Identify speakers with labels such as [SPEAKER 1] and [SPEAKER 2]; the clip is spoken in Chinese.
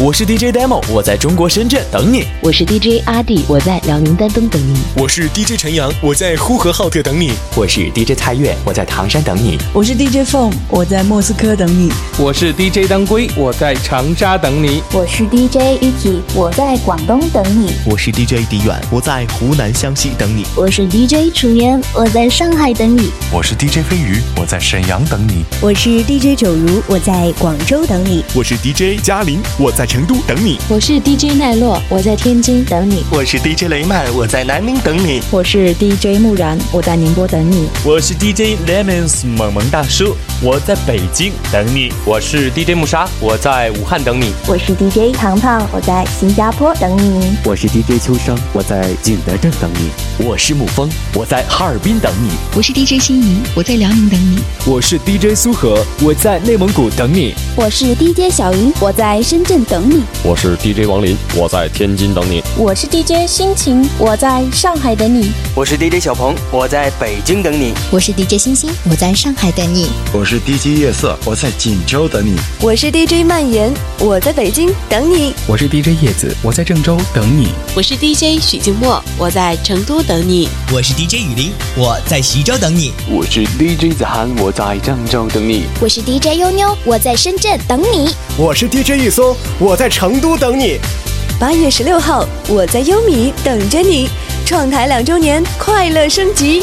[SPEAKER 1] 我是 DJ Demo，我在中国深圳等你。
[SPEAKER 2] 我是 DJ 阿弟，我在辽宁丹东等你。
[SPEAKER 3] 我是 DJ 陈阳，我在呼和浩特等你。
[SPEAKER 4] 我是 DJ 蔡月，我在唐山等你。
[SPEAKER 5] 我是 DJ 凤，我在莫斯科等你。
[SPEAKER 6] 我是 DJ 当归，我在长沙等你。
[SPEAKER 7] 我是 DJ Yuki，我在广东等你。
[SPEAKER 8] 我是 DJ 迪远，我在湖南湘西等你。
[SPEAKER 9] 我是 DJ 楚年，我在上海等你。
[SPEAKER 10] 我是 DJ 飞鱼，我在沈阳等你。
[SPEAKER 11] 我是 DJ 九如，我在广州等你。
[SPEAKER 12] 我是 DJ 嘉林，我在成都等你。
[SPEAKER 13] 我是 DJ 奈落，我在天津等你。
[SPEAKER 14] 我是 DJ 雷曼，我在南宁等你。
[SPEAKER 15] 我是 DJ 木然，我在宁波等你。
[SPEAKER 16] 我是 DJ Lemons 萌萌大叔，我在北京等你。
[SPEAKER 17] 我是 DJ 木沙，我在武汉等你。
[SPEAKER 7] 我是 DJ 糖糖，我在新加坡等你。
[SPEAKER 18] 我是 DJ 秋生，我在景德镇等你。
[SPEAKER 1] 我是沐风，我在哈尔滨等你。
[SPEAKER 19] 我是 DJ 心怡，我在辽宁等你。
[SPEAKER 20] 我是 DJ 苏荷，我在内蒙古等你。
[SPEAKER 6] 我是 DJ 小云，我在深圳等你。
[SPEAKER 8] 我是 DJ 王林，我在天津等你。
[SPEAKER 1] 我是 DJ 心情，我在上海等你。
[SPEAKER 5] 我是 DJ 小鹏，我在北京等你。
[SPEAKER 10] 我是 DJ 星星，我在上海等你。
[SPEAKER 2] 我是 DJ 夜色，我在锦州等你。
[SPEAKER 19] 我是 DJ 蔓延，我在北京等你。
[SPEAKER 17] 我是 DJ 叶子，我在郑州等你。
[SPEAKER 7] 我是 DJ 许静墨，我在成都等你。
[SPEAKER 18] 我是 DJ 雨林，我在徐州等你。
[SPEAKER 21] 我是 DJ 子涵，我在郑州等你。
[SPEAKER 22] 我是 DJ 妞妞，我在深圳等你。
[SPEAKER 23] 我是 DJ 一松，我在成都等你。
[SPEAKER 19] 八月十六号，我在优米等着你。创台两周年，快乐升级！